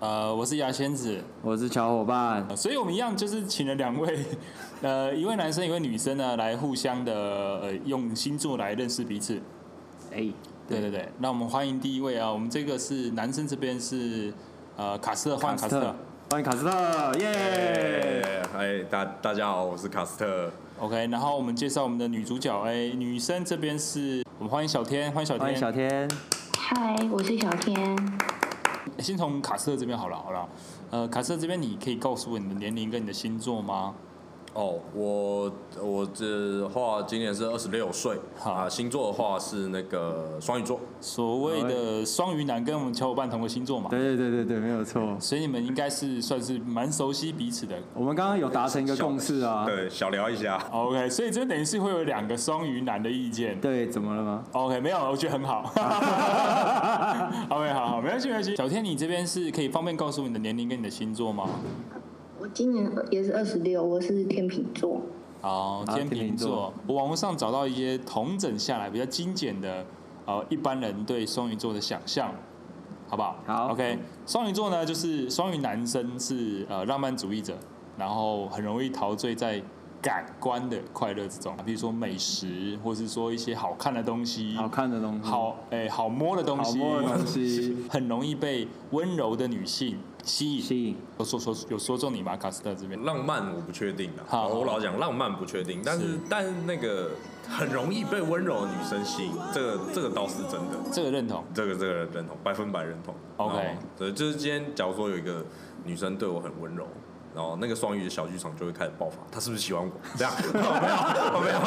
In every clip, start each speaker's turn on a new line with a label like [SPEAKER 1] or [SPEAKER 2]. [SPEAKER 1] 呃，我是牙仙子，
[SPEAKER 2] 我是小伙伴，
[SPEAKER 1] 呃所以我们一样就是请了两位，呃，一位男生，一位女生呢，来互相的呃用星座来认识彼此。
[SPEAKER 2] 哎，
[SPEAKER 1] 对对对，那我们欢迎第一位啊，我们这个是男生这边是呃卡斯特，欢迎卡斯特。，
[SPEAKER 2] 欢迎卡斯特，耶！
[SPEAKER 3] 哎嗨，大大家好，我是卡斯特。
[SPEAKER 1] OK，然后我们介绍我们的女主角，哎，女生这边是我们欢迎小天，欢迎小天，
[SPEAKER 2] 欢迎小天，
[SPEAKER 4] 嗨，我是小天，
[SPEAKER 1] 先从卡斯特这边好了，好了，呃，卡斯特这边你可以告诉我你的年龄跟你的星座吗？
[SPEAKER 3] 哦，我我的话今年是二十六岁，
[SPEAKER 1] 好
[SPEAKER 3] 啊，星座的话是那个双鱼座。
[SPEAKER 1] 所谓的双鱼男跟我们小伙伴同个星座嘛，
[SPEAKER 2] 对对对对对，没有错。
[SPEAKER 1] 所以你们应该是算是蛮熟悉彼此的。
[SPEAKER 2] 我们刚刚有达成一个共识啊，
[SPEAKER 3] 对，小聊一下。
[SPEAKER 1] OK，所以这等于是会有两个双鱼男的意见。
[SPEAKER 2] 对，怎么了吗？
[SPEAKER 1] OK，没有，我觉得很好。OK，好好，没关系，没关系。小天，你这边是可以方便告诉我你的年龄跟你的星座吗？
[SPEAKER 4] 我今年也是二十六，我是天秤座。
[SPEAKER 1] 好，
[SPEAKER 2] 好
[SPEAKER 1] 天
[SPEAKER 2] 天
[SPEAKER 1] 秤
[SPEAKER 2] 秤
[SPEAKER 1] 座
[SPEAKER 2] 座，
[SPEAKER 1] 我网络上找到一些统整下来比较精简的，呃，一般人对双鱼座的想象，好不好？
[SPEAKER 2] 好
[SPEAKER 1] ，OK。双鱼座呢，就是双鱼男生是呃浪漫主义者，然后很容易陶醉在感官的快乐之中，比如说美食，或是说一些好看的东西，
[SPEAKER 2] 好看的东西，
[SPEAKER 1] 好哎、好摸的东
[SPEAKER 2] 好
[SPEAKER 1] 西，
[SPEAKER 2] 摸的东西，
[SPEAKER 1] 很容易被温柔的女性吸引。
[SPEAKER 2] 吸引，嗯
[SPEAKER 1] 有说说有说中你吗，卡斯特这边？
[SPEAKER 3] 浪漫我不确定啊，
[SPEAKER 1] 好
[SPEAKER 3] 我老讲浪漫不确定，但是
[SPEAKER 1] 是
[SPEAKER 3] 但那个很容易被温柔的女生吸引，这个这个倒是真的，
[SPEAKER 1] 这个认同。
[SPEAKER 3] 这个这个认同，百分百认同。
[SPEAKER 1] OK
[SPEAKER 3] 然后对，就是今天假如说有一个女生对我很温柔。然后那个双鱼的小剧场就会开始爆发，她是不是喜欢我？这样没有没有没有没有，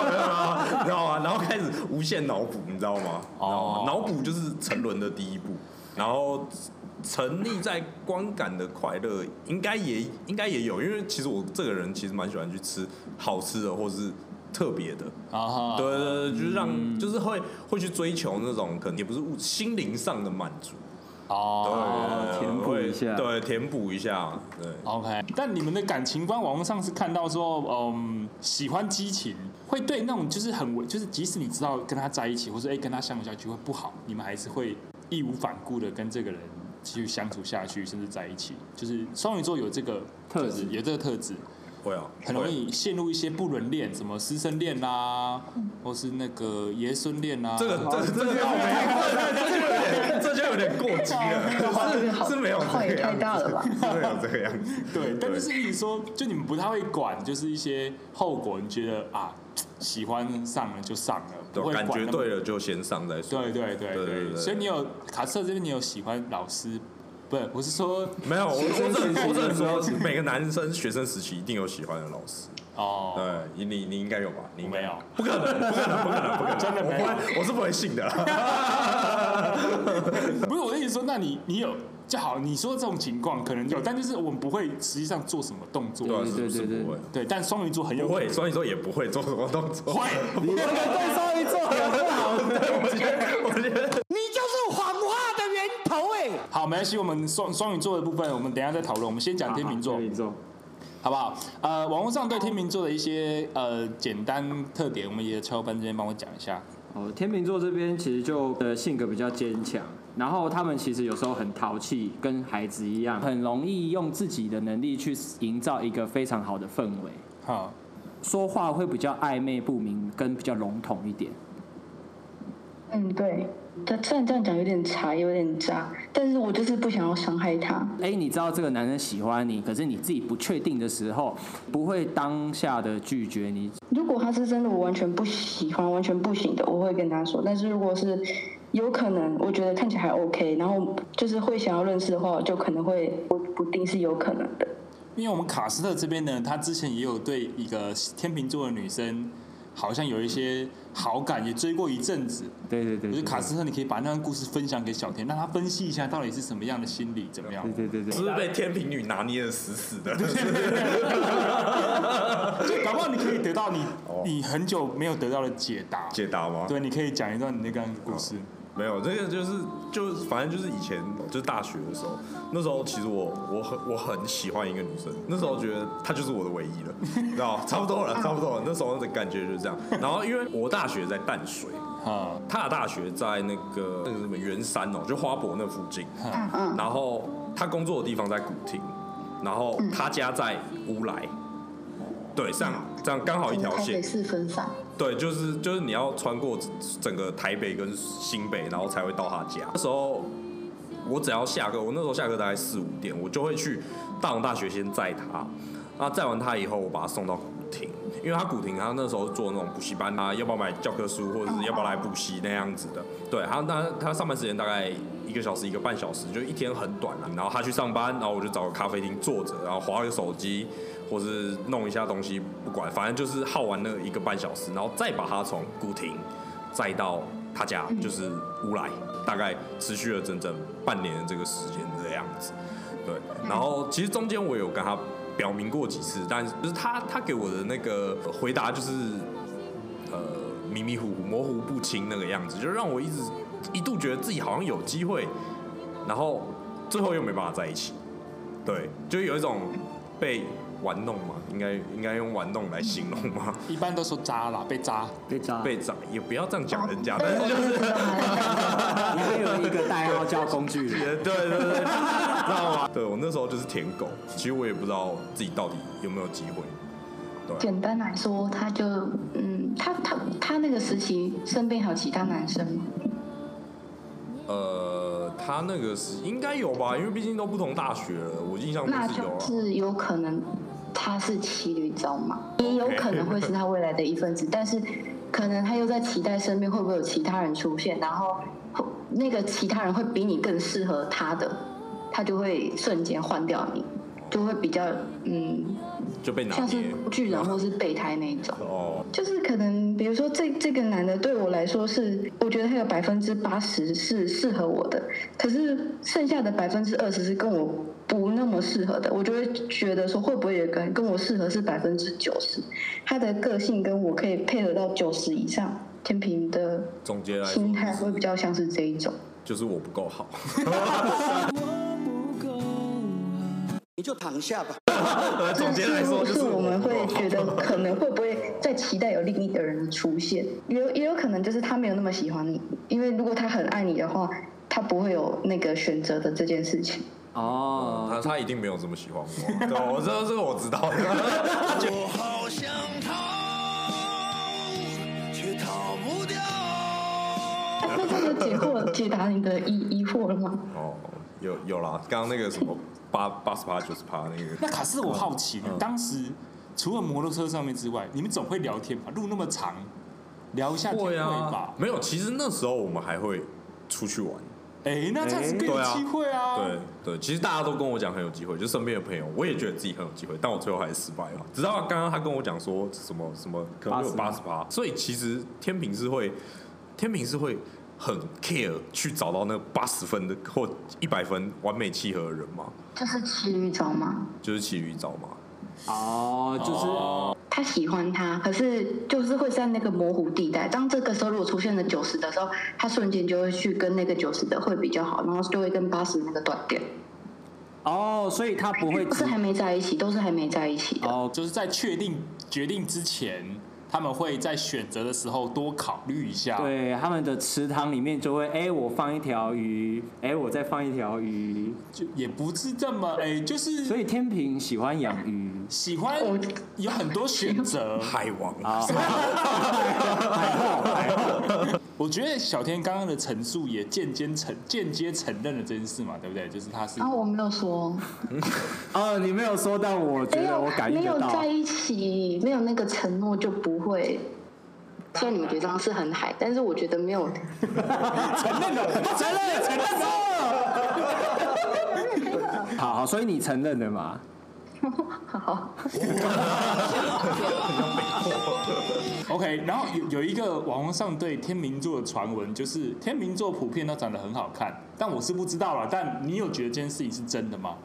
[SPEAKER 3] 你知道吗？然后开始无限脑补，你知道吗？
[SPEAKER 1] 哦
[SPEAKER 3] 哦，脑补就是沉沦的第一步，然后沉溺在观感的快乐，应该也应该也有，因为其实我这个人其实蛮喜欢去吃好吃的或是特别的，
[SPEAKER 1] 啊哈，
[SPEAKER 3] 对对对，就是让、
[SPEAKER 2] 嗯
[SPEAKER 3] 就是会会去追求那种可能也不是物心灵上的满足，
[SPEAKER 1] 哦，
[SPEAKER 3] 对，
[SPEAKER 2] 填补
[SPEAKER 3] 会
[SPEAKER 2] 一下
[SPEAKER 3] 对，填补一下，对。
[SPEAKER 1] OK，但你们的感情观，网络上是看到说，嗯，喜欢激情，会对那种就是很稳，就是即使你知道跟他在一起，或者哎、跟他相处下去会不好，你们还是会义无反顾的跟这个人继续相处下去，甚至在一起。就是双鱼座有这个
[SPEAKER 2] 特
[SPEAKER 1] 就是
[SPEAKER 2] 质
[SPEAKER 1] 有这个特质，
[SPEAKER 3] 会啊，
[SPEAKER 1] 很容
[SPEAKER 3] 会
[SPEAKER 1] 易陷入一些不伦恋，什么师生恋啦，或是那个爷孙恋啊啦。
[SPEAKER 3] 这个
[SPEAKER 2] 哦
[SPEAKER 3] 这个这个倒没，这个这就有点这就有点过激了， 是是没有
[SPEAKER 4] 话
[SPEAKER 3] 这
[SPEAKER 4] 也
[SPEAKER 3] 个
[SPEAKER 4] 太
[SPEAKER 3] 样
[SPEAKER 4] 大了吧？
[SPEAKER 3] 子，是没有这个样子。
[SPEAKER 1] 对，但就是你说，就你们不太会管，就是一些后果，你觉得啊，喜欢上了就上了，不会
[SPEAKER 3] 对，
[SPEAKER 1] 管
[SPEAKER 3] 感觉
[SPEAKER 1] 那么
[SPEAKER 3] 对了就先上再说。
[SPEAKER 1] 对对对
[SPEAKER 3] 对
[SPEAKER 1] 对
[SPEAKER 3] 对
[SPEAKER 1] 对，
[SPEAKER 3] 对
[SPEAKER 1] 所以你有卡斯特这边你有喜欢老师，不是，我是说
[SPEAKER 3] 没有，我我只
[SPEAKER 2] 学生时期
[SPEAKER 3] 能我
[SPEAKER 2] 学生时
[SPEAKER 3] 只能说，每个男生学生时期一定有喜欢的老师。
[SPEAKER 1] 哦，
[SPEAKER 3] 对，你你你应该有吧？你
[SPEAKER 1] 我
[SPEAKER 3] 应该
[SPEAKER 1] 没有，
[SPEAKER 3] 不可能，不可能，不可能，不可能，
[SPEAKER 1] 真的
[SPEAKER 3] 我
[SPEAKER 1] 没
[SPEAKER 3] 不
[SPEAKER 1] 有
[SPEAKER 3] 会，我是不会信的啦。
[SPEAKER 1] 不是我的意思说，那你你有就好，你说这种情况可能有，但就是我们不会实际上做什么动作，
[SPEAKER 3] 啊
[SPEAKER 2] 对对
[SPEAKER 3] 是
[SPEAKER 2] 对对
[SPEAKER 3] 不会，
[SPEAKER 1] 对，但双鱼座很有
[SPEAKER 3] 不
[SPEAKER 1] 可
[SPEAKER 3] 会，
[SPEAKER 1] 能
[SPEAKER 3] 双鱼座也不会做什么动作。
[SPEAKER 1] 会，
[SPEAKER 2] 你这个对双鱼座很不好，
[SPEAKER 5] 你就是谎话的源头哎、
[SPEAKER 1] 好，没关系，我们双双鱼座的部分，我们等一下再讨论，我们先讲天秤座
[SPEAKER 2] 啊天。秤座，
[SPEAKER 1] 好不好？呃，网络上对天秤座的一些呃简单特点，我们也敲班这边帮我讲一下。
[SPEAKER 2] 哦，天秤座这边其实就呃性格比较坚强，然后他们其实有时候很淘气，跟孩子一样，很容易用自己的能力去营造一个非常好的氛围。
[SPEAKER 1] 好，
[SPEAKER 2] 说话会比较暧昧不明，跟比较笼统一点。
[SPEAKER 4] 嗯，对。他虽然这样讲有点茶，有点渣，但是我就是不想要伤害他。
[SPEAKER 2] 哎，你知道这个男生喜欢你，可是你自己不确定的时候，不会当下的拒绝你。
[SPEAKER 4] 如果他是真的我完全不喜欢、完全不行的，我会跟他说。但是如果是有可能，我觉得看起来还 OK，然后就是会想要认识的话，我就可能会不不定是有可能的。
[SPEAKER 1] 因为我们卡斯特这边呢，他之前也有对一个天秤座的女生，好像有一些好感，也追过一阵子。
[SPEAKER 2] 对对对
[SPEAKER 1] 我觉
[SPEAKER 2] 对，
[SPEAKER 1] 得卡斯特，你可以把那段故事分享给小田，让他分析一下到底是什么样的心理，怎么样
[SPEAKER 2] 对？对对对
[SPEAKER 3] 是不是被天平女拿捏的死死的？
[SPEAKER 1] 就搞不好你可以得到你你很久没有得到的解答。
[SPEAKER 3] 解答吗？
[SPEAKER 1] 对，你可以讲一段你那个样的故事。
[SPEAKER 3] 没有，这个就是就反正就是以前就是大学的时候，那时候其实我我很我很喜欢一个女生，那时候觉得她就是我的唯一了，你知道，差不多了，差不多了，那时候的感觉就是这样。然后因为我大学在淡水，
[SPEAKER 1] 啊，
[SPEAKER 4] 嗯
[SPEAKER 3] 他的大学在那个那个什么圆山哦，就花博那附近。然后他工作的地方在古亭，然后
[SPEAKER 4] 嗯
[SPEAKER 3] 他家在乌来，对，这样这样刚好哦一条
[SPEAKER 4] 嗯台北
[SPEAKER 3] 线，
[SPEAKER 4] 市分散，
[SPEAKER 3] 对，就是就是你要穿过整个台北跟新北，然后才会到他家。那时候我只要下课，我那时候下课大概四五点，我就会去大同大学先载他，那载完他以后，我把他送到古亭，因为他古亭他那时候做那种补习班啊，要不要买教科书，或者是要不要来补习那样子的。对，他他他上班时间大概一个小时一个半小时，就一天很短啊。然后他去上班，然后我就找个咖啡厅坐着，然后划个手机。或是弄一下东西，不管，反正就是耗完那一个半小时，然后再把他从古亭再到他家，就是乌来，大概持续了整整半年的这个时间这样子。对，然后其实中间我有跟他表明过几次，但是就是他他给我的那个回答就是呃迷迷糊糊、模糊不清那个样子，就让我一直一度觉得自己好像有机会，然后最后又没办法在一起。对，就有一种被玩弄嘛，应该应该用玩弄来形容嘛，
[SPEAKER 1] 一般都说渣啦，被渣。
[SPEAKER 2] 被抓。
[SPEAKER 3] 被宰也不要这样讲人
[SPEAKER 4] 哦
[SPEAKER 3] 家，但是就是
[SPEAKER 2] 你会有一个代号叫工具 人，
[SPEAKER 3] 对对对，知道吗？ 对我那时候就是舔狗，其实我也不知道自己到底有没有机会。
[SPEAKER 4] 简单来说，他就嗯，他他他那个时期身边还有其他男生吗？
[SPEAKER 3] 呃，他那个是应该有吧，因为毕竟都不同大学了，我印象中
[SPEAKER 4] 那
[SPEAKER 3] 是
[SPEAKER 4] 就
[SPEAKER 3] 有啊。
[SPEAKER 4] 是有可能他是骑驴找马，也有可能会是他未来的一份子，但是可能他又在期待身边会不会有其他人出现，然后会那个其他人会比你更适合他的，他就会瞬间换掉你，就会比较嗯，
[SPEAKER 3] 就被拿
[SPEAKER 4] 像是
[SPEAKER 3] 捏
[SPEAKER 4] 巨人或是备胎那一种。
[SPEAKER 3] 哦，
[SPEAKER 4] 就是可能，比如说这这个男的对我来说是，我觉得他有百分之八十是适合我的，可是剩下的百分之二十是跟我不那么适合的，我就会觉得说会不会有一个人跟我适合是百分之九十，他的个性跟我可以配合到九十以上，天平的
[SPEAKER 3] 总结来说
[SPEAKER 4] 心态会比较像是这一种。
[SPEAKER 3] 就是我不够好。
[SPEAKER 5] 你就躺下吧。
[SPEAKER 3] 总结来说就
[SPEAKER 4] 是
[SPEAKER 3] 是
[SPEAKER 4] 是我们
[SPEAKER 3] 不
[SPEAKER 4] 会
[SPEAKER 3] 够好
[SPEAKER 4] 觉得可能会不会在期待有另一个人的出现，也有也有可能就是他没有那么喜欢你，因为如果他很爱你的话，他不会有那个选择的这件事情。
[SPEAKER 2] 哦，
[SPEAKER 3] 他他一定没有这么喜欢我，啊对，我知道这个我知道的。
[SPEAKER 5] 我好想逃，却逃不掉。
[SPEAKER 4] 那这个解惑解答你的疑疑惑了吗？
[SPEAKER 3] 哦，有有啦，刚刚那个什么八八十趴九十趴那 个，
[SPEAKER 1] 那卡斯，我好奇，当时除了摩托车上面之外，你们总会聊天吧？路那么长，聊一下天
[SPEAKER 3] 啊
[SPEAKER 1] 会吧？
[SPEAKER 3] 没有，其实那时候我们还会出去玩。
[SPEAKER 1] 哎、那这样子更
[SPEAKER 3] 对
[SPEAKER 1] 有
[SPEAKER 3] 啊
[SPEAKER 1] 机会啊！
[SPEAKER 2] 哦
[SPEAKER 3] 对对，其实大家都跟我讲很有机会，就身边的朋友，我也觉得自己很有机会，但我最后还是失败了。直到刚刚他跟我讲说什么什么，可能有八十八，所以其实天平是会，天平是会很 care 去找到那八十分的或一百分完美契合的人嘛，
[SPEAKER 4] 就是骑驴找马，
[SPEAKER 3] 就是骑驴找嘛。
[SPEAKER 2] 哦，就是
[SPEAKER 4] 他喜欢他，可是就是会在那个模糊地带。当这个时候如果出现了九十的时候，他瞬间就会去跟那个九十的会比较好，然后就会跟八十那个断掉。
[SPEAKER 2] 哦，所以他不会
[SPEAKER 4] 不
[SPEAKER 2] 直
[SPEAKER 4] 是还没在一起，都是还没在一起的。
[SPEAKER 2] 哦，
[SPEAKER 1] 就是在确定决定之前，他们会在选择的时候多考虑一下。
[SPEAKER 2] 对，他们的池塘里面就会，哎、我放一条鱼，哎、我再放一条鱼，
[SPEAKER 1] 就也不是这么哎、就是
[SPEAKER 2] 所以天平喜欢养鱼，
[SPEAKER 1] 喜欢
[SPEAKER 4] 我
[SPEAKER 1] 有很多选择。
[SPEAKER 3] 海王，
[SPEAKER 2] 啊
[SPEAKER 1] 我觉得小天刚刚的陈述也间接承间接承认了这件事嘛，对不对？就是他是、
[SPEAKER 4] 然后我没有说，
[SPEAKER 2] 哦，你没有说，但我觉
[SPEAKER 4] 没
[SPEAKER 2] 得
[SPEAKER 4] 有
[SPEAKER 2] 我感应
[SPEAKER 4] 没有
[SPEAKER 2] 得到，
[SPEAKER 4] 在一起，没有那个承诺就不会。虽然你们觉得这样是很海，但是我觉得没有。
[SPEAKER 1] 承认了，他承认了，承认了。
[SPEAKER 2] 好好，所以你承认了嘛？
[SPEAKER 4] 好，
[SPEAKER 1] OK，然后有有一个网络上对天秤座的传闻，就是天秤座普遍都长得很好看，但我是不知道啦。但你有觉得这件事情是真的吗？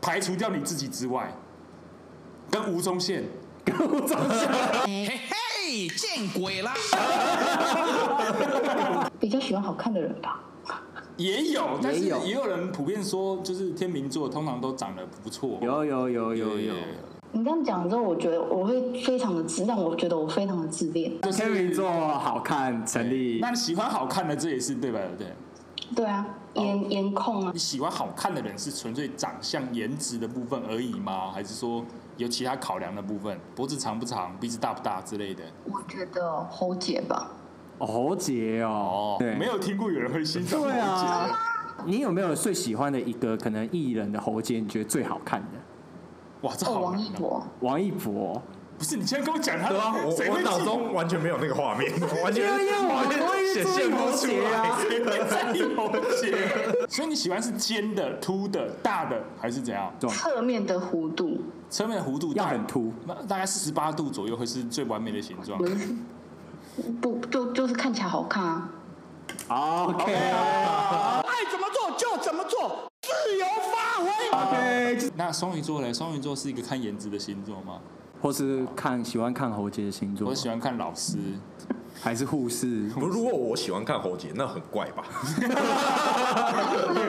[SPEAKER 1] 排除掉你自己之外，跟吴宗宪，
[SPEAKER 5] 嘿嘿，见鬼啦！
[SPEAKER 4] 比较喜欢好看的人吧。
[SPEAKER 1] 也有，但是
[SPEAKER 2] 也有
[SPEAKER 1] 也有人普遍说，就是天秤座通常都长得不错。
[SPEAKER 2] 有有有有有，
[SPEAKER 4] 你这样讲之后，我觉得我会非常的自，让我觉得我非常的自恋。
[SPEAKER 1] 就是
[SPEAKER 2] 天秤座好看，成立
[SPEAKER 1] 那。你喜欢好看的，这也是对吧？对不对，
[SPEAKER 4] 对啊，颜颜控啊
[SPEAKER 1] 你，喜欢好看的人是纯粹长相颜值的部分而已吗？还是说有其他考量的部分？脖子长不长，鼻子大不大之类的？
[SPEAKER 6] 我觉得侯姐吧，
[SPEAKER 2] 哦侯杰哦
[SPEAKER 1] 哦，，
[SPEAKER 2] 对，
[SPEAKER 1] 没有听过有人会欣赏
[SPEAKER 2] 对啊
[SPEAKER 1] 摩羯
[SPEAKER 2] 你有没有最喜欢的一个可能艺人的喉结，你觉得最好看的？
[SPEAKER 1] 哇，这
[SPEAKER 6] 哦，
[SPEAKER 1] 好
[SPEAKER 6] 王
[SPEAKER 1] 难
[SPEAKER 6] 一
[SPEAKER 1] 哦。
[SPEAKER 6] 博，
[SPEAKER 2] 王一博，
[SPEAKER 1] 不是你现在跟我讲他，
[SPEAKER 3] 对啊，我
[SPEAKER 1] 谁
[SPEAKER 3] 我
[SPEAKER 1] 会
[SPEAKER 3] 脑
[SPEAKER 1] 记
[SPEAKER 3] 中完全没有那个画面， 我完全
[SPEAKER 2] 因为因为我
[SPEAKER 3] 完
[SPEAKER 2] 很容易
[SPEAKER 3] 全
[SPEAKER 2] 注意
[SPEAKER 3] 显现不
[SPEAKER 2] 喉
[SPEAKER 3] 出
[SPEAKER 2] 结啊
[SPEAKER 3] 来。
[SPEAKER 1] 在意摩羯？所以你喜欢是尖的、凸的、大的，还是怎样？
[SPEAKER 6] 侧面的弧度，
[SPEAKER 1] 侧面的弧度
[SPEAKER 2] 要
[SPEAKER 1] 大
[SPEAKER 2] 很凸，
[SPEAKER 1] 那大概四十八度左右会是最完美的形状。
[SPEAKER 6] 不就就是看起来好看啊。
[SPEAKER 2] OK
[SPEAKER 5] 爱怎么做就怎么做，自由发挥。
[SPEAKER 2] OK，
[SPEAKER 1] 那双鱼座嘞？双鱼座是一个看颜值的星座吗？
[SPEAKER 2] 或是看喜欢看喉结的星座
[SPEAKER 1] 我，喜欢看老师，
[SPEAKER 2] 还是护士？
[SPEAKER 3] 不，如果我喜欢看喉结，那很怪吧？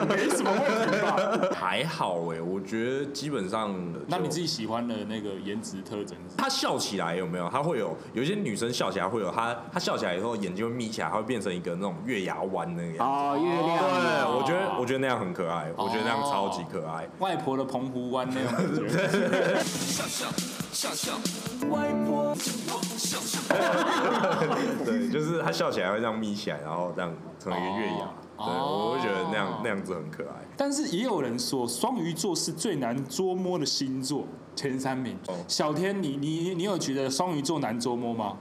[SPEAKER 1] 没什么问题吧？
[SPEAKER 3] 还好哎、我觉得基本上就。
[SPEAKER 1] 那你自己喜欢的那个颜值特征是？
[SPEAKER 3] 她笑起来有没有？她会有有一些女生笑起来会有她，她笑起来以后眼睛会眯起来，她会变成一个那种月牙弯那个样子。
[SPEAKER 2] 哦，月亮，
[SPEAKER 3] 对，我觉得我觉得那样很可爱，
[SPEAKER 1] 哦
[SPEAKER 3] 我觉得那样超级可爱。
[SPEAKER 1] 外婆的澎湖湾那种感觉，
[SPEAKER 3] 对，就是她笑起来会这样眯起来，然后这样成一个月牙。
[SPEAKER 1] 哦
[SPEAKER 3] 对，我会觉得那
[SPEAKER 1] 哦
[SPEAKER 3] 样那样子很可爱。
[SPEAKER 1] 但是也有人说双鱼座是最难捉摸的星座，前三名。
[SPEAKER 3] 哦
[SPEAKER 1] 小天，你你你有觉得双鱼座难捉摸吗？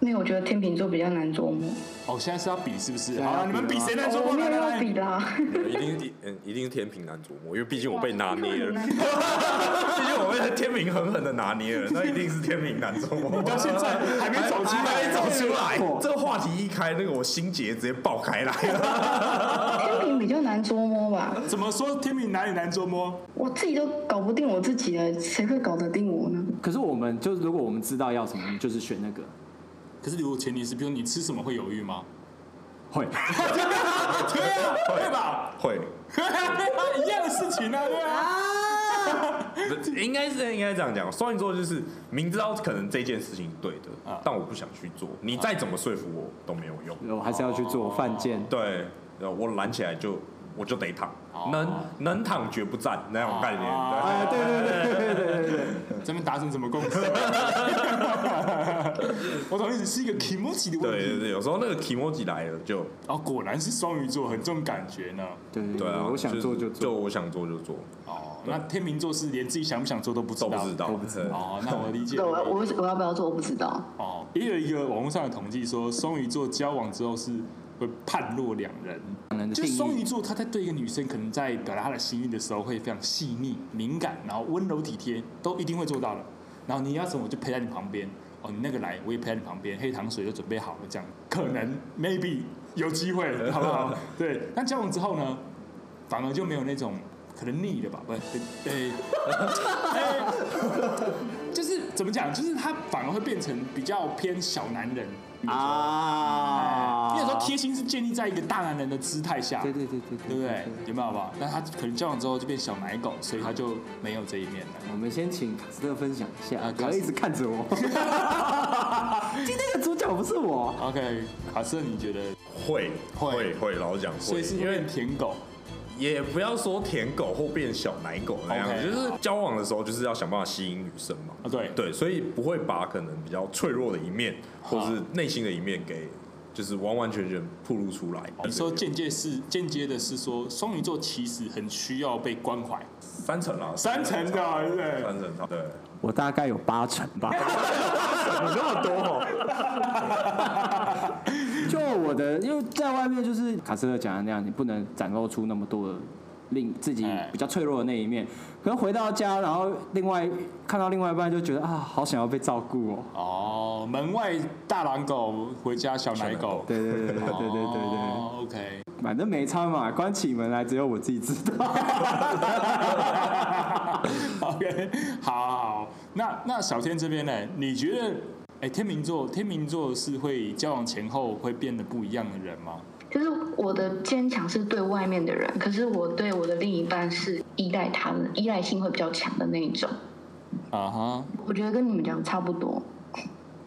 [SPEAKER 4] 没有，我觉得天秤座比较难琢磨。
[SPEAKER 1] 哦，现在是要比是不是？
[SPEAKER 2] 在要
[SPEAKER 1] 好了，你们
[SPEAKER 2] 比
[SPEAKER 1] 比
[SPEAKER 2] 吗
[SPEAKER 1] 谁难捉
[SPEAKER 4] 哦
[SPEAKER 1] 摸？
[SPEAKER 4] 我没
[SPEAKER 1] 来
[SPEAKER 4] 有
[SPEAKER 1] 来
[SPEAKER 4] 要
[SPEAKER 1] 来
[SPEAKER 4] 比，啦，
[SPEAKER 3] 一定一嗯，一定是天平难琢磨，因为毕竟我被拿捏了，
[SPEAKER 4] 哇
[SPEAKER 3] 毕竟我被天平狠狠的拿捏了，那一定是天平难琢磨。
[SPEAKER 1] 到现在还没走出
[SPEAKER 3] 还没
[SPEAKER 1] 来。
[SPEAKER 3] 走出来
[SPEAKER 2] 错，
[SPEAKER 3] 这个话题一开，那个我心结直接爆开来了。
[SPEAKER 4] 天平比较难捉摸吧，
[SPEAKER 1] 怎么说天平哪里难捉摸？
[SPEAKER 4] 我自己都搞不定我自己了，谁会搞得定我呢？
[SPEAKER 2] 可是我们就是，如果我们知道要什么，我们就是选那个。
[SPEAKER 1] 可是如果前提是，比如你吃什么会犹豫吗？
[SPEAKER 2] 会，
[SPEAKER 1] 对啊，对吧？
[SPEAKER 3] 会，
[SPEAKER 1] 一样的事情啊，对啊。
[SPEAKER 3] 不应该是应该这样讲，双鱼座就是明知道可能这件事情是对的，
[SPEAKER 1] 啊
[SPEAKER 3] 但我不想去做，你再怎么说服我都没有用。
[SPEAKER 2] 我还是要去做犯贱。
[SPEAKER 3] 对，然后我懒起来就我就得躺
[SPEAKER 1] 哦，
[SPEAKER 3] 能能躺绝不站那种概念。
[SPEAKER 1] 哦
[SPEAKER 3] 对
[SPEAKER 2] 哎，对对对对对对对，
[SPEAKER 1] 这边达成什么共识？我同意，是一个 k i m o j i 的问
[SPEAKER 3] 对
[SPEAKER 1] 题。
[SPEAKER 3] 对对，有时候那个提莫吉来了就
[SPEAKER 1] 哦，果然是双鱼座，很重感觉呢。
[SPEAKER 2] 对对
[SPEAKER 3] 对啊，
[SPEAKER 2] 我想做就
[SPEAKER 3] 就
[SPEAKER 2] 是
[SPEAKER 3] 就
[SPEAKER 2] 做。
[SPEAKER 3] 我想做就做，
[SPEAKER 1] 哦，那天秤座是连自己想不想做都不知
[SPEAKER 3] 都
[SPEAKER 1] 道。
[SPEAKER 3] 不知道，嗯
[SPEAKER 2] 都不知
[SPEAKER 3] 对
[SPEAKER 1] 哦，那我理解
[SPEAKER 6] 对，。我我我要不要做我不知道。
[SPEAKER 1] 哦，也有一个网络上的统计说，双鱼座交往之后是会判若两人。
[SPEAKER 2] 可能的
[SPEAKER 1] 就是
[SPEAKER 2] 定
[SPEAKER 1] 双
[SPEAKER 2] 义
[SPEAKER 1] 鱼座，他在对一个女生可能在表达他的心意的时候，会非常细腻、敏感，然后温柔体贴，都一定会做到的。然后你要什么，我就陪在你旁边。哦，你那个来，我也陪在你旁边，黑糖水就准备好了，这样可
[SPEAKER 2] 嗯
[SPEAKER 1] 能 maybe 有机会，好不 好？对。那交往之后呢，反而就没有那种可能腻了吧？不，呃、呃就是怎么讲，就是他反而会变成比较偏小男人。
[SPEAKER 2] 啊
[SPEAKER 1] 因为有
[SPEAKER 2] 哦
[SPEAKER 1] 时候贴心是建立在一个大男人的姿态下，
[SPEAKER 2] 对对对对
[SPEAKER 1] 对不对？有没有吧？那他可能交往之后就变小奶狗，所以他就没有这一面了。
[SPEAKER 2] 我们先请卡斯特分享一下，
[SPEAKER 1] 啊
[SPEAKER 2] 不要
[SPEAKER 1] 卡斯
[SPEAKER 2] 一直看着我。 今天的主角不是我，
[SPEAKER 1] OK，卡瑟，你觉得？
[SPEAKER 3] 会
[SPEAKER 1] 会
[SPEAKER 3] 会会，老实讲
[SPEAKER 1] 所
[SPEAKER 3] 会
[SPEAKER 1] 以，是
[SPEAKER 3] 因
[SPEAKER 1] 因
[SPEAKER 3] 为
[SPEAKER 1] 为舔狗
[SPEAKER 3] 也不要说舔狗或变小奶狗那样
[SPEAKER 1] OK
[SPEAKER 3] 就是交往的时候就是要想办法吸引女生嘛。
[SPEAKER 1] 啊？对，
[SPEAKER 3] 对，所以不会把可能比较脆弱的一面
[SPEAKER 1] 好
[SPEAKER 3] 或是内心的一面给就是完完全全暴露出来。
[SPEAKER 1] 哦你说间接是间接的是说，双鱼座其实很需要被关怀，
[SPEAKER 3] 三层啦，
[SPEAKER 1] 三层的啊对不对
[SPEAKER 3] 三层对。
[SPEAKER 2] 我大概有八成吧。
[SPEAKER 3] 你那么多、
[SPEAKER 1] 哦
[SPEAKER 2] 就我的，因为在外面就是卡斯特讲的那样，你不能展露出那么多的令自己比较脆弱的那一面。可是回到家，然后另外看到另外一半，就觉得啊，好想要被照顾哦。
[SPEAKER 1] 哦，门外大狼狗，回家小奶狗。
[SPEAKER 2] 对对对对对对对对，
[SPEAKER 1] 哦，OK，
[SPEAKER 2] 反正没差嘛，关起门来只有我自己知 道。
[SPEAKER 1] OK，好好好，那那小天这边呢？你觉得，哎、天秤座，天秤座是会交往前后会变得不一样的人吗？
[SPEAKER 4] 就是我的坚强是对外面的人，可是我对我的另一半是依赖他的，依赖性会比较强的那一种。
[SPEAKER 1] 啊哈，
[SPEAKER 4] 我觉得跟你们讲差不多。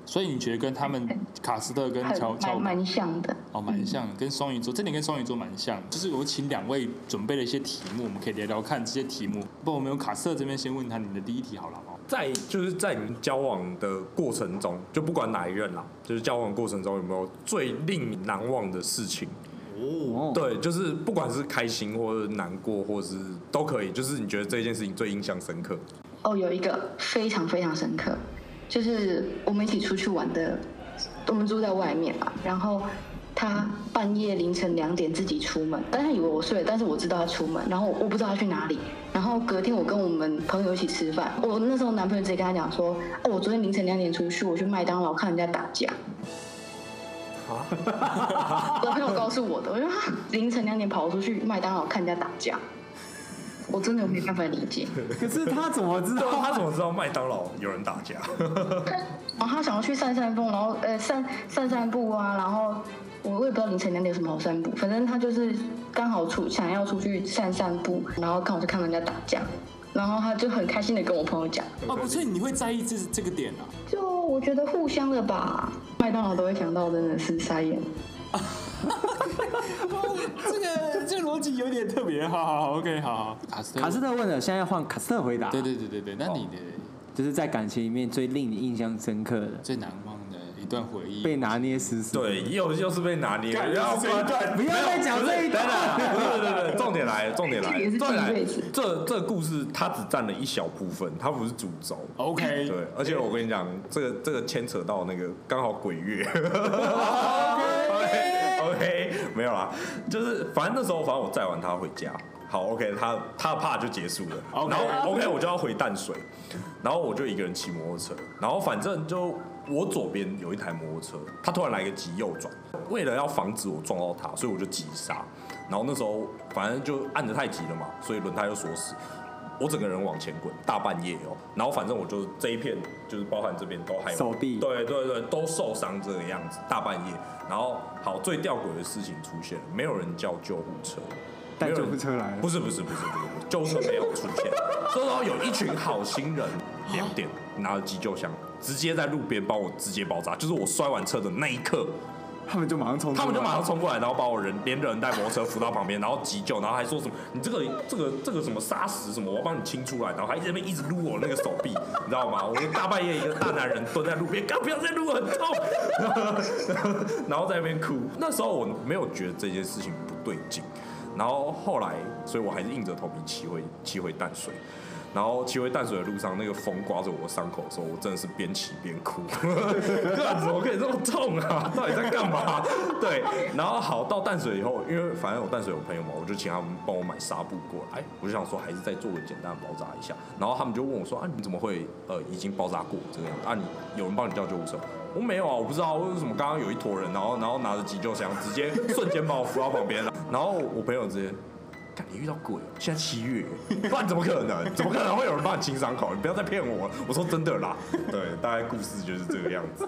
[SPEAKER 1] 所以你觉得跟他们卡斯特跟乔
[SPEAKER 4] 很
[SPEAKER 1] 乔
[SPEAKER 4] 蛮嗯蛮像的。
[SPEAKER 1] 哦蛮像，跟双鱼座这点跟双鱼座蛮像。就是我请两位准备了一些题目，我们可以聊聊看这些题目。不，我们由卡斯特这边先问他你的第一题好了，好不好？
[SPEAKER 3] 在就是在你们交往的过程中，就不管哪一任啦，就是交往过程中有没有最令你难忘的事情？
[SPEAKER 2] 哦，
[SPEAKER 3] 对，就是不管是开心或者难过，或是都可以，就是你觉得这件事情最印象深刻。
[SPEAKER 4] 哦，有一个非常非常深刻，就是我们一起出去玩的，我们住在外面嘛，然后他半夜凌晨两点自己出门，但他以为我睡了，但是我知道他出门，然后我不知道他去哪里，然后隔天我跟我们朋友一起吃饭，我那时候男朋友直接跟他讲说，哦，我昨天凌晨两点出去，我去麦当劳看人家打架。我的朋友告诉我的，我说哈凌晨两点跑出去麦当劳看人家打架，我真的没办法理解。
[SPEAKER 2] 可是他怎么知
[SPEAKER 3] 对啊，
[SPEAKER 2] 道？
[SPEAKER 3] 他怎么知道麦当劳有人打架？
[SPEAKER 4] 然哦后他想要去散散风，然后呃散散散步啊，然后我我也不知道凌晨两点有什么好散步，反正他就是刚好出想要出去散散步，然后刚好就看到人家打架，然后他就很开心的跟我朋友讲，
[SPEAKER 1] 哦，所以你会在意这这个点啊？
[SPEAKER 4] 就我觉得互相的吧，麦当劳都会想到，真的是傻眼。
[SPEAKER 1] 这个这个逻辑有点特别，好好好，OK，好好。卡斯特，
[SPEAKER 2] 卡斯，特问了，现在换卡斯特回答。
[SPEAKER 1] 对对对对对，那你的
[SPEAKER 2] 就是在感情里面最令你印象深刻的，
[SPEAKER 1] 最难忘的一段回忆，
[SPEAKER 2] 被拿捏死死。，
[SPEAKER 3] 对，又又是被拿捏，
[SPEAKER 1] 干
[SPEAKER 3] 然后
[SPEAKER 1] 这一段
[SPEAKER 2] 不要再讲这一段了。
[SPEAKER 3] 对对对，重点来，了，重点来，
[SPEAKER 4] 也
[SPEAKER 3] 了，
[SPEAKER 4] 是
[SPEAKER 3] 重点来
[SPEAKER 4] 这一辈子，
[SPEAKER 3] 这这故事它只占了一小部分，它不是主轴。
[SPEAKER 1] OK，
[SPEAKER 3] 对，而且我跟你讲，这个这个牵扯到那个刚好鬼 月。OK OK，没有啦，就是反正那时候，反正我载完他回家，好 OK，他他的怕就结束了
[SPEAKER 1] OK
[SPEAKER 3] 然后 OK 我就要回淡水，然后我就一个人骑摩托车，然后反正就我左边有一台摩托车，他突然来个急右转，为了要防止我撞到他，所以我就急刹，然后那时候反正就按的太急了嘛，所以轮胎就锁死。我整个人往前滚，大半夜哦、然后反正我就这一片，就是包含这边都还有
[SPEAKER 2] 手臂
[SPEAKER 3] 对对对，都受伤这个样子，大半夜。然后好，最吊诡的事情出现了，没有人叫救护车，
[SPEAKER 2] 但
[SPEAKER 3] 没有
[SPEAKER 2] 救
[SPEAKER 3] 人
[SPEAKER 2] 护车来了
[SPEAKER 3] 不。是不是不是不是，不是救护车没有出现。这时候有一群好心人，两点拿着急救箱，直接在路边帮我直接包扎，就是我摔完车的那一刻，
[SPEAKER 2] 他们就马上冲出来，
[SPEAKER 3] 他们就马上冲过来，然后把我人连人带摩托车扶到旁边，然后急救，然后还说什么你这个这个这个什么沙石什么，我要帮你清出来，然后还一直在那边一直撸我那个手臂， 你知道吗？我就大半夜一个大男人蹲在路边，干不要再撸我，很痛，然后 然后在那边哭。那时候我没有觉得这件事情不对劲，然后后来，所以我还是硬着头皮骑回骑回淡水。然后骑回淡水的路上，那个风刮着我的伤口的时候，我真的是边骑边哭。 干怎么可以这么痛啊？到底在干嘛？ 对，然后好到淡水以后，因为反正我淡水有朋友嘛，我就请他们帮我买纱布过来。我就想说，还是再做个简单的包扎一下。然后他们就问我说：“啊，你怎么会呃已经包扎过这个样子？啊，你有人帮你叫救护车？”我没有啊，我不知道为什么刚刚有一坨人，然后然后拿着急救箱，直接瞬间把我扶到旁边了。然后我朋友直接看你遇到鬼了，现在七月，不然怎么可能？怎么可能会有人帮你清伤口？你不要再骗我！我说真的啦，对，大概故事就是这个样子。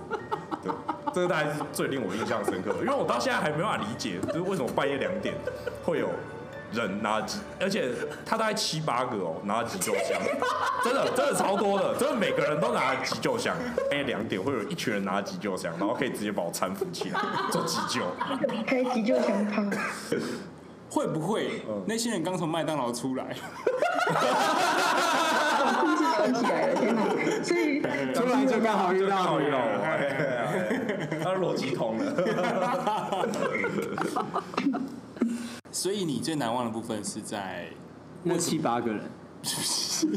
[SPEAKER 3] 对，这个大概是最令我印象深刻的，因为我到现在还没办法理解，就是为什么半夜两点会有人拿几，而且他大概七八个哦，拿急救箱，真的真的超多的，真的每个人都拿急救箱。半夜两点会有一群人拿急救箱，然后可以直接把我搀扶起来做急救。
[SPEAKER 4] 开急救箱他，
[SPEAKER 1] 会不会那些人刚从麦当劳出来？
[SPEAKER 4] 故事串起来了，天哪！所以
[SPEAKER 2] 出来就刚好遇到
[SPEAKER 3] 遇到我， 他逻辑通 了。
[SPEAKER 1] 所以你最难忘的部分是在
[SPEAKER 2] 那七八个人，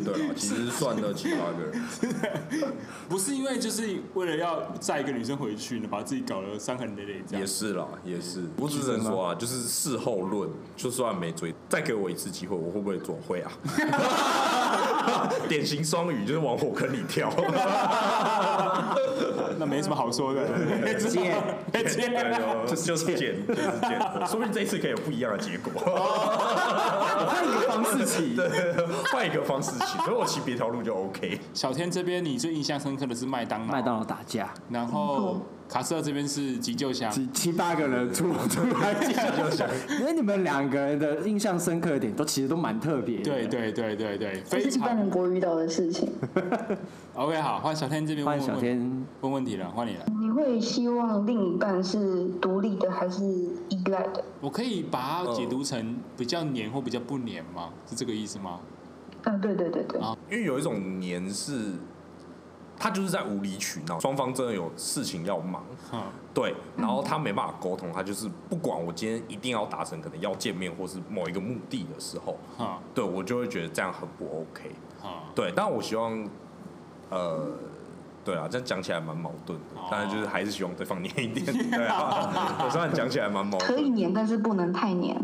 [SPEAKER 3] 对啊，其实算到七八个 人，
[SPEAKER 1] 不是因为就是为了要载一个女生回去呢，把自己搞得伤痕累累这
[SPEAKER 3] 也
[SPEAKER 1] 样？
[SPEAKER 3] 是啦，也是。我只能说啊，就是事后论，就算没追，再给我一次机会，我会不会做？会 啊。典型双语就是往火坑里 跳。
[SPEAKER 1] 那没什么好说的，
[SPEAKER 2] 接
[SPEAKER 1] 再 见。
[SPEAKER 3] 对啊就是就是贱，就是贱。 说不定这一次可以有不一样的结果，
[SPEAKER 2] 换一个方式骑。
[SPEAKER 3] 换一个方式骑，所以我骑别条路就 OK。
[SPEAKER 1] 小天这边你最印象深刻的是麦当劳，
[SPEAKER 2] 麦当劳打架，
[SPEAKER 1] 然后卡斯特这边是急救箱，
[SPEAKER 2] 七七八个人出出 来讲，因为你们两个人的印象深刻的点都其实都蛮特别的。
[SPEAKER 1] 对对对对对，
[SPEAKER 6] 这
[SPEAKER 1] 非
[SPEAKER 6] 是一般
[SPEAKER 1] 常
[SPEAKER 6] 人不会遇到的事情。
[SPEAKER 1] OK。好，换小天这边问
[SPEAKER 2] 换小
[SPEAKER 1] 问
[SPEAKER 2] 天，
[SPEAKER 1] 问问题了，换你了。
[SPEAKER 6] 你会希望另一半是独立的还是依赖的？
[SPEAKER 1] 我可以把它解读成比较黏或比较不黏吗？是这个意思吗？
[SPEAKER 6] 嗯、对对对对
[SPEAKER 1] 啊，
[SPEAKER 3] 因为有一种黏是，他就是在无理取闹，双方真的有事情要忙，
[SPEAKER 1] 哼，
[SPEAKER 3] 对，然后他没办法沟通，他就是不管我今天一定要达成，可能要见面或是某一个目的的时候，
[SPEAKER 1] 哼，
[SPEAKER 3] 对我就会觉得这样很不 OK。
[SPEAKER 1] 哼，
[SPEAKER 3] 对，但我希望，呃，对啊，这样讲起来蛮矛盾的
[SPEAKER 1] 哦，
[SPEAKER 3] 但是就是还是希望对方黏一点，对啊，我虽然讲起来蛮矛
[SPEAKER 6] 可以
[SPEAKER 3] 盾，
[SPEAKER 6] 黏，但是不能太黏。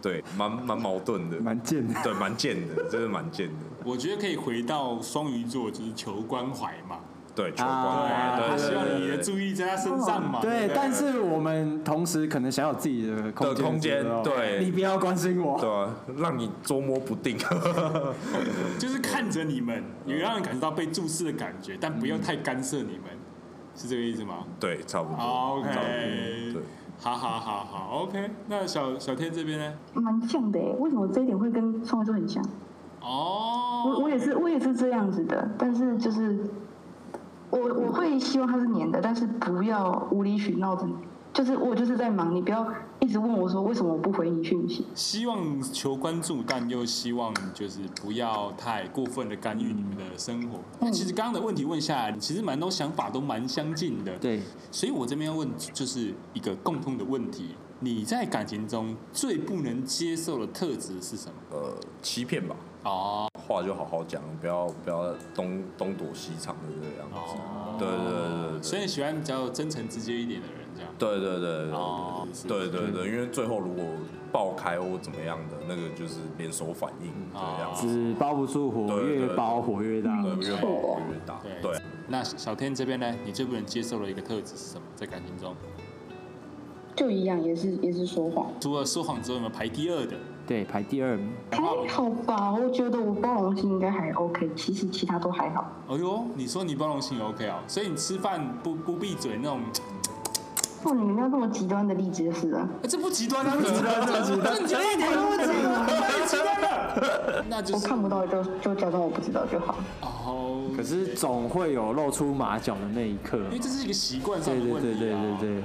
[SPEAKER 3] 对，蛮蛮矛盾的，
[SPEAKER 2] 蛮贱的。
[SPEAKER 3] 对，蛮贱的，真的蛮贱的，
[SPEAKER 1] 我觉得可以回到双鱼座，就是求关怀嘛。
[SPEAKER 3] 对，求关
[SPEAKER 2] 啊
[SPEAKER 3] 怀，
[SPEAKER 1] 对，
[SPEAKER 3] 对
[SPEAKER 1] 他
[SPEAKER 3] 对
[SPEAKER 1] 希望
[SPEAKER 3] 对
[SPEAKER 1] 你
[SPEAKER 3] 对
[SPEAKER 1] 的
[SPEAKER 3] 对
[SPEAKER 1] 注意在他身上嘛。
[SPEAKER 2] 对，
[SPEAKER 3] 对
[SPEAKER 2] 但是我们同时可能想要有自己的空间
[SPEAKER 3] 的空间
[SPEAKER 2] 时候
[SPEAKER 3] 对
[SPEAKER 2] 你不要关心我。
[SPEAKER 3] 对啊，让你捉摸不定，
[SPEAKER 1] 就是看着你们，也让人感觉到被注视的感觉，但不用太干涉你们，是这个意思吗？
[SPEAKER 3] 对，差不
[SPEAKER 1] 好
[SPEAKER 3] 多
[SPEAKER 1] ，OK
[SPEAKER 3] 差不多，对。
[SPEAKER 1] 好好好好，OK。那小小天这边呢？
[SPEAKER 6] 蛮像的耶，欸为什么这一点会跟双鱼座很像？我
[SPEAKER 1] 哦，
[SPEAKER 6] 我也是我也是这样子的，但是就是我我会希望他是黏的，但是不要无理取闹的，就是我就是在忙，你不要一直问我说为什么我不回你讯息。
[SPEAKER 1] 希望求关注，但又希望就是不要太过分的干预你们的生活。那其实刚刚的问题问下来，其实蛮多想法都蛮相近的。
[SPEAKER 2] 对，
[SPEAKER 1] 所以我这边要问，就是一个共通的问题：你在感情中最不能接受的特质是什么？
[SPEAKER 3] 呃，欺骗吧，
[SPEAKER 1] 哦
[SPEAKER 3] 话就好好讲，不要不要东东躲西藏的这个样子。
[SPEAKER 1] 哦，
[SPEAKER 3] 对对对
[SPEAKER 1] 所以你喜欢比较真诚直接一点的人，这样。
[SPEAKER 3] 对对对
[SPEAKER 1] 哦
[SPEAKER 3] 对对对对，因为最后如果爆开或怎么样的，那个就是连锁反应这个样子，
[SPEAKER 2] 纸包不住火，
[SPEAKER 3] 对对
[SPEAKER 2] 越
[SPEAKER 3] 对
[SPEAKER 2] 包火越大。
[SPEAKER 3] 对，越爆越大。对，
[SPEAKER 1] 那小天这边呢？你最不能接受的一个特质是什么？在感情中，
[SPEAKER 4] 就一样，也是也是说谎。
[SPEAKER 1] 除了说谎之后，有没有排第二的？
[SPEAKER 2] 对，排第二名。
[SPEAKER 6] 还好吧，我觉得我包容性应该还 OK，其实其他都还好。
[SPEAKER 1] 哎呦，你说你包容性 OK 哦，所以你吃饭不不闭嘴那种，
[SPEAKER 6] 哦，你们要这么极端的例子就是了。
[SPEAKER 1] 哎这不极端啊，这不极端，这不极端，这一点都不极端，太极端了。那 就
[SPEAKER 6] 我
[SPEAKER 1] 是
[SPEAKER 6] 看不到就就假装我不知道就好。
[SPEAKER 1] 哦，
[SPEAKER 2] 可是总会有露出马脚的那一刻。
[SPEAKER 1] 因为这是一个习惯上
[SPEAKER 2] 对
[SPEAKER 1] 的
[SPEAKER 2] 对
[SPEAKER 1] 问
[SPEAKER 2] 对
[SPEAKER 1] 题
[SPEAKER 2] 对
[SPEAKER 1] 啊。
[SPEAKER 2] 对对，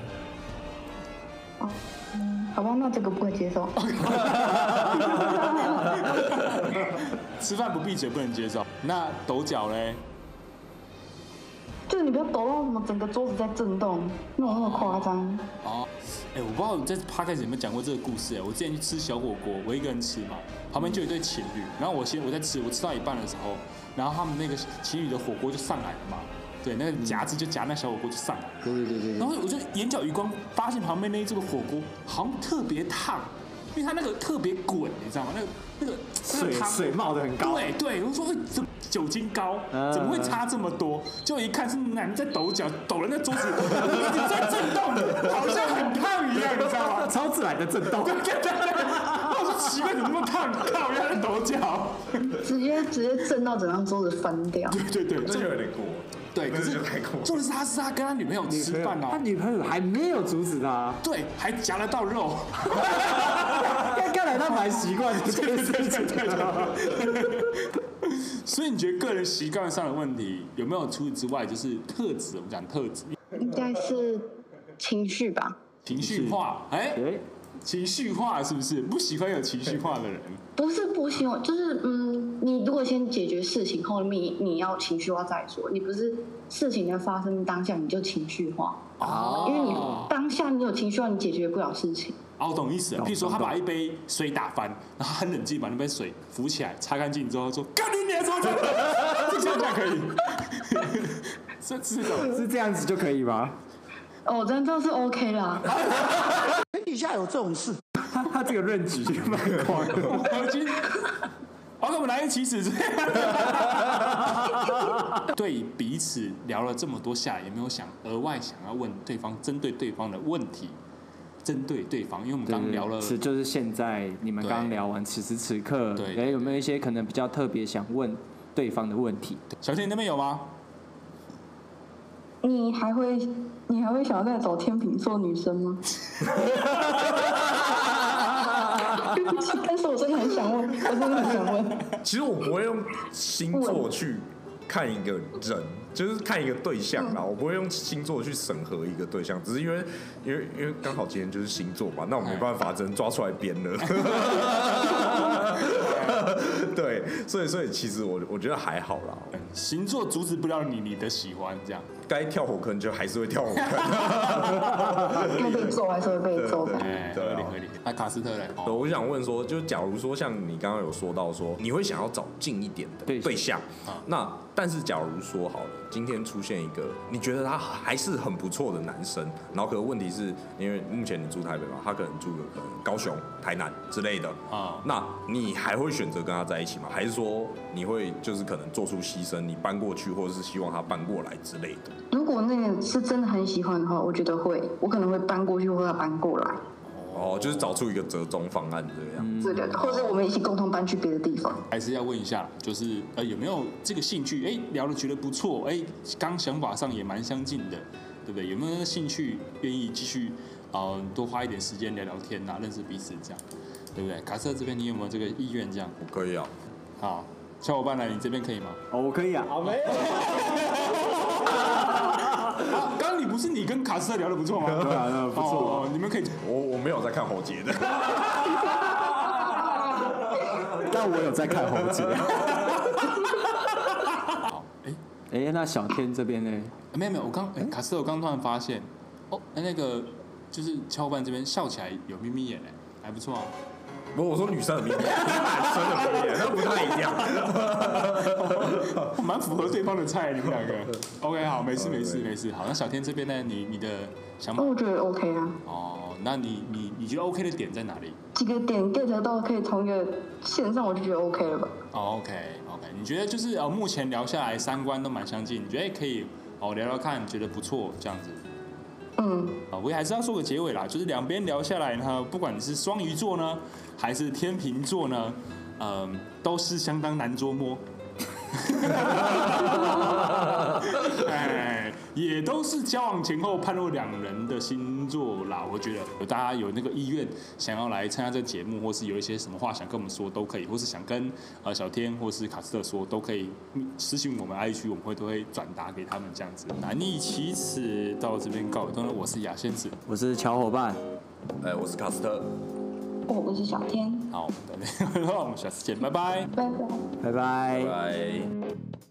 [SPEAKER 6] 好吧，那这个不会接受。
[SPEAKER 1] 吃饭不闭嘴不能接受，那抖脚嘞？
[SPEAKER 6] 就是你不要抖到什么整个桌子在震动，那种那么夸张。
[SPEAKER 1] 哦，哎、我不知道你在 podcast 有没有讲过这个故事、哎，我之前去吃小火锅，我一个人吃嘛，旁边就有一对情侣，
[SPEAKER 2] 嗯
[SPEAKER 1] 然后我先我在吃，我吃到一半的时候，然后他们那个情侣的火锅就上来了嘛，对，那个夹子就夹那小火锅就上来了，
[SPEAKER 2] 嗯对对对对
[SPEAKER 1] 然后我就眼角余光发现旁边那一桌的火锅好像特别烫，因为它那个特别滚，你知道吗？那个那个那
[SPEAKER 2] 水
[SPEAKER 1] 个汤
[SPEAKER 2] 水冒的很高。
[SPEAKER 1] 对对，我说哎怎么酒精高
[SPEAKER 2] 嗯，
[SPEAKER 1] 怎么会差这么多？就一看是男在抖脚，抖了那桌子一直在震动，好像很烫一样，你知道吗？
[SPEAKER 2] 超自然的震 动，
[SPEAKER 1] 对对对，我说奇怪，怎么那么烫？靠，原来在抖脚。
[SPEAKER 6] 直接直接震到整张桌子翻掉。
[SPEAKER 1] 对对
[SPEAKER 3] 这
[SPEAKER 1] 对，
[SPEAKER 3] 就有点过。
[SPEAKER 1] 对，可
[SPEAKER 3] 那
[SPEAKER 1] 是
[SPEAKER 3] 就太过。
[SPEAKER 1] 重点是他是他跟他女朋友吃饭
[SPEAKER 2] 他
[SPEAKER 1] 哦，
[SPEAKER 2] 女朋友还没有阻止他，
[SPEAKER 1] 对，还夹得到肉。
[SPEAKER 2] 看看来他蛮习惯这件事 情的。
[SPEAKER 1] 所以你觉得个人习惯上的问题有没有？除此之外，就是特质，我们讲特质，
[SPEAKER 7] 应该是情绪吧。
[SPEAKER 1] 情绪化，哎，
[SPEAKER 2] 哎，
[SPEAKER 1] 情绪化是不是？不喜欢有情绪化的人。
[SPEAKER 7] 不是不行，哦就是嗯，你如果先解决事情，后面你你要情绪化再说。你不是事情的发生当下你就情绪化，
[SPEAKER 1] 哦
[SPEAKER 7] 因为你当下你有情绪化，你解决不了事情。
[SPEAKER 1] 哦，我懂意思了。
[SPEAKER 2] 懂
[SPEAKER 1] 譬如说，他
[SPEAKER 2] 懂
[SPEAKER 1] 把一杯水打翻，然后他很冷静把那杯水扶起来，擦干净之后说：“干你娘！”怎 么怎么，这这样可以？这这种
[SPEAKER 2] 是这样子就可以吗？
[SPEAKER 7] 哦，真的是 OK 啦。
[SPEAKER 5] 天底下有这种事？
[SPEAKER 2] 他他这个认知蛮广的。
[SPEAKER 1] 我已经，好，那我们来一起死。 对彼此聊了这么多下来，有没有想额外想要问对方针对对方的问题？针对对方，因为我们
[SPEAKER 2] 对
[SPEAKER 1] 刚
[SPEAKER 2] 对
[SPEAKER 1] 聊了
[SPEAKER 2] 对是就是现在你们
[SPEAKER 1] 对
[SPEAKER 2] 刚聊完，此时此刻，
[SPEAKER 1] 对
[SPEAKER 2] 哎，有没有一些可能比较特别想问对方的问题？
[SPEAKER 1] 小天，你那边有吗？
[SPEAKER 4] 你还会你还会想要再找天秤座女生吗？对不起，但是我真的很想问，我真的很想问。
[SPEAKER 3] 其实我不会用星座去看一个人，就是看一个对象啦。我不会用星座去审核一个对象，只是因为因为因为刚好今天就是星座嘛，那我没办法，只能抓出来编了。对，所以所以其实我我觉得还好啦，
[SPEAKER 1] 嗯星座阻止不了你你的喜欢，这样
[SPEAKER 3] 该跳火坑就还是会跳火坑。
[SPEAKER 4] 会被揍还是会被揍
[SPEAKER 3] 对
[SPEAKER 4] 的？
[SPEAKER 1] 哎，
[SPEAKER 3] 对
[SPEAKER 1] 合
[SPEAKER 3] 啊
[SPEAKER 1] 理合理。那卡斯特嘞？
[SPEAKER 3] 对，
[SPEAKER 1] 哦
[SPEAKER 3] 我想问说，就假如说像你刚刚有说到说，你会想要找近一点的
[SPEAKER 2] 对
[SPEAKER 3] 对象，那但是假如说好了，今天出现一个你觉得他还是很不错的男生，然后可问题是因为目前你住台北嘛，他可能住个可能高雄、台南之类的，
[SPEAKER 1] 啊，
[SPEAKER 3] 那你还会选择跟他在一起吗？还是说你会就是可能做出牺牲，你搬过去，或者是希望他搬过来之类的？
[SPEAKER 6] 如果那个是真的很喜欢的话，我觉得会，我可能会搬过去或者搬过来，
[SPEAKER 3] 哦，就是找出一个折中方案这
[SPEAKER 4] 嗯
[SPEAKER 3] 样。
[SPEAKER 6] 对的，或者我们一起共同搬去别的地方。
[SPEAKER 1] 还是要问一下，就是呃有没有这个兴趣？哎、聊的觉得不错，哎、刚想法上也蛮相近的，对不对？有没有兴趣愿意继续呃多花一点时间聊聊天呐、认识彼此这样，对不对？卡斯特这边你有没有这个意愿这样？
[SPEAKER 3] 我可以啊，
[SPEAKER 1] 好，小伙伴来，你这边可以吗？
[SPEAKER 2] 哦，我可以啊，
[SPEAKER 5] 好没有，
[SPEAKER 1] 啊，刚刚你不是你跟卡斯特聊的不 错吗？对
[SPEAKER 2] 啊对啊不错
[SPEAKER 1] 哦，你们可以。
[SPEAKER 3] 我我没有在看喉结的。
[SPEAKER 2] 但我有在看猴子。哎、那小天这边呢？
[SPEAKER 1] 没有没有，我刚、哎卡斯特，我刚突然发现，哦，哎那个就是小伙伴这边笑起来有眯眯眼哎，还不错啊。
[SPEAKER 3] 不，我说女生的秘密，男生的秘密，那不太一样。
[SPEAKER 1] 蛮符合对方的菜，你们两个。OK，好，没事没事没事。好，那小天这边呢？你你的想法
[SPEAKER 4] 那我觉得 OK 啊，
[SPEAKER 1] 哦，那你你你觉得 OK 的点在哪里？
[SPEAKER 4] 几个点 get 到可以同一个线上，我就觉得 OK 了吧？
[SPEAKER 1] 哦，OK OK，你觉得就是呃，目前聊下来三观都蛮相近，你觉得可以哦聊聊看，觉得不错这样子。
[SPEAKER 4] 嗯，
[SPEAKER 1] 啊，我也还是要做个结尾啦，就是两边聊下来呢，不管你是双鱼座呢，还是天秤座呢，嗯、都是相当难捉摸。哎，也都是交往前后判若两人的星座啦，我觉得有大家有那个意愿想要来参加这个节目，或是有一些什么话想跟我们说都可以，或是想跟呃小天或是卡斯特说都可以嗯私信我们 IG，我们会都会转达给他们这样子。难以启齿到这边告一段落，我是雅仙子，
[SPEAKER 2] 我是小伙伴，
[SPEAKER 3] 哎，我是卡斯特。
[SPEAKER 4] 哦，我是小天，
[SPEAKER 1] 好，我们我们下次见，拜拜。
[SPEAKER 4] 拜
[SPEAKER 2] 拜
[SPEAKER 4] 拜。
[SPEAKER 2] 拜
[SPEAKER 3] 拜。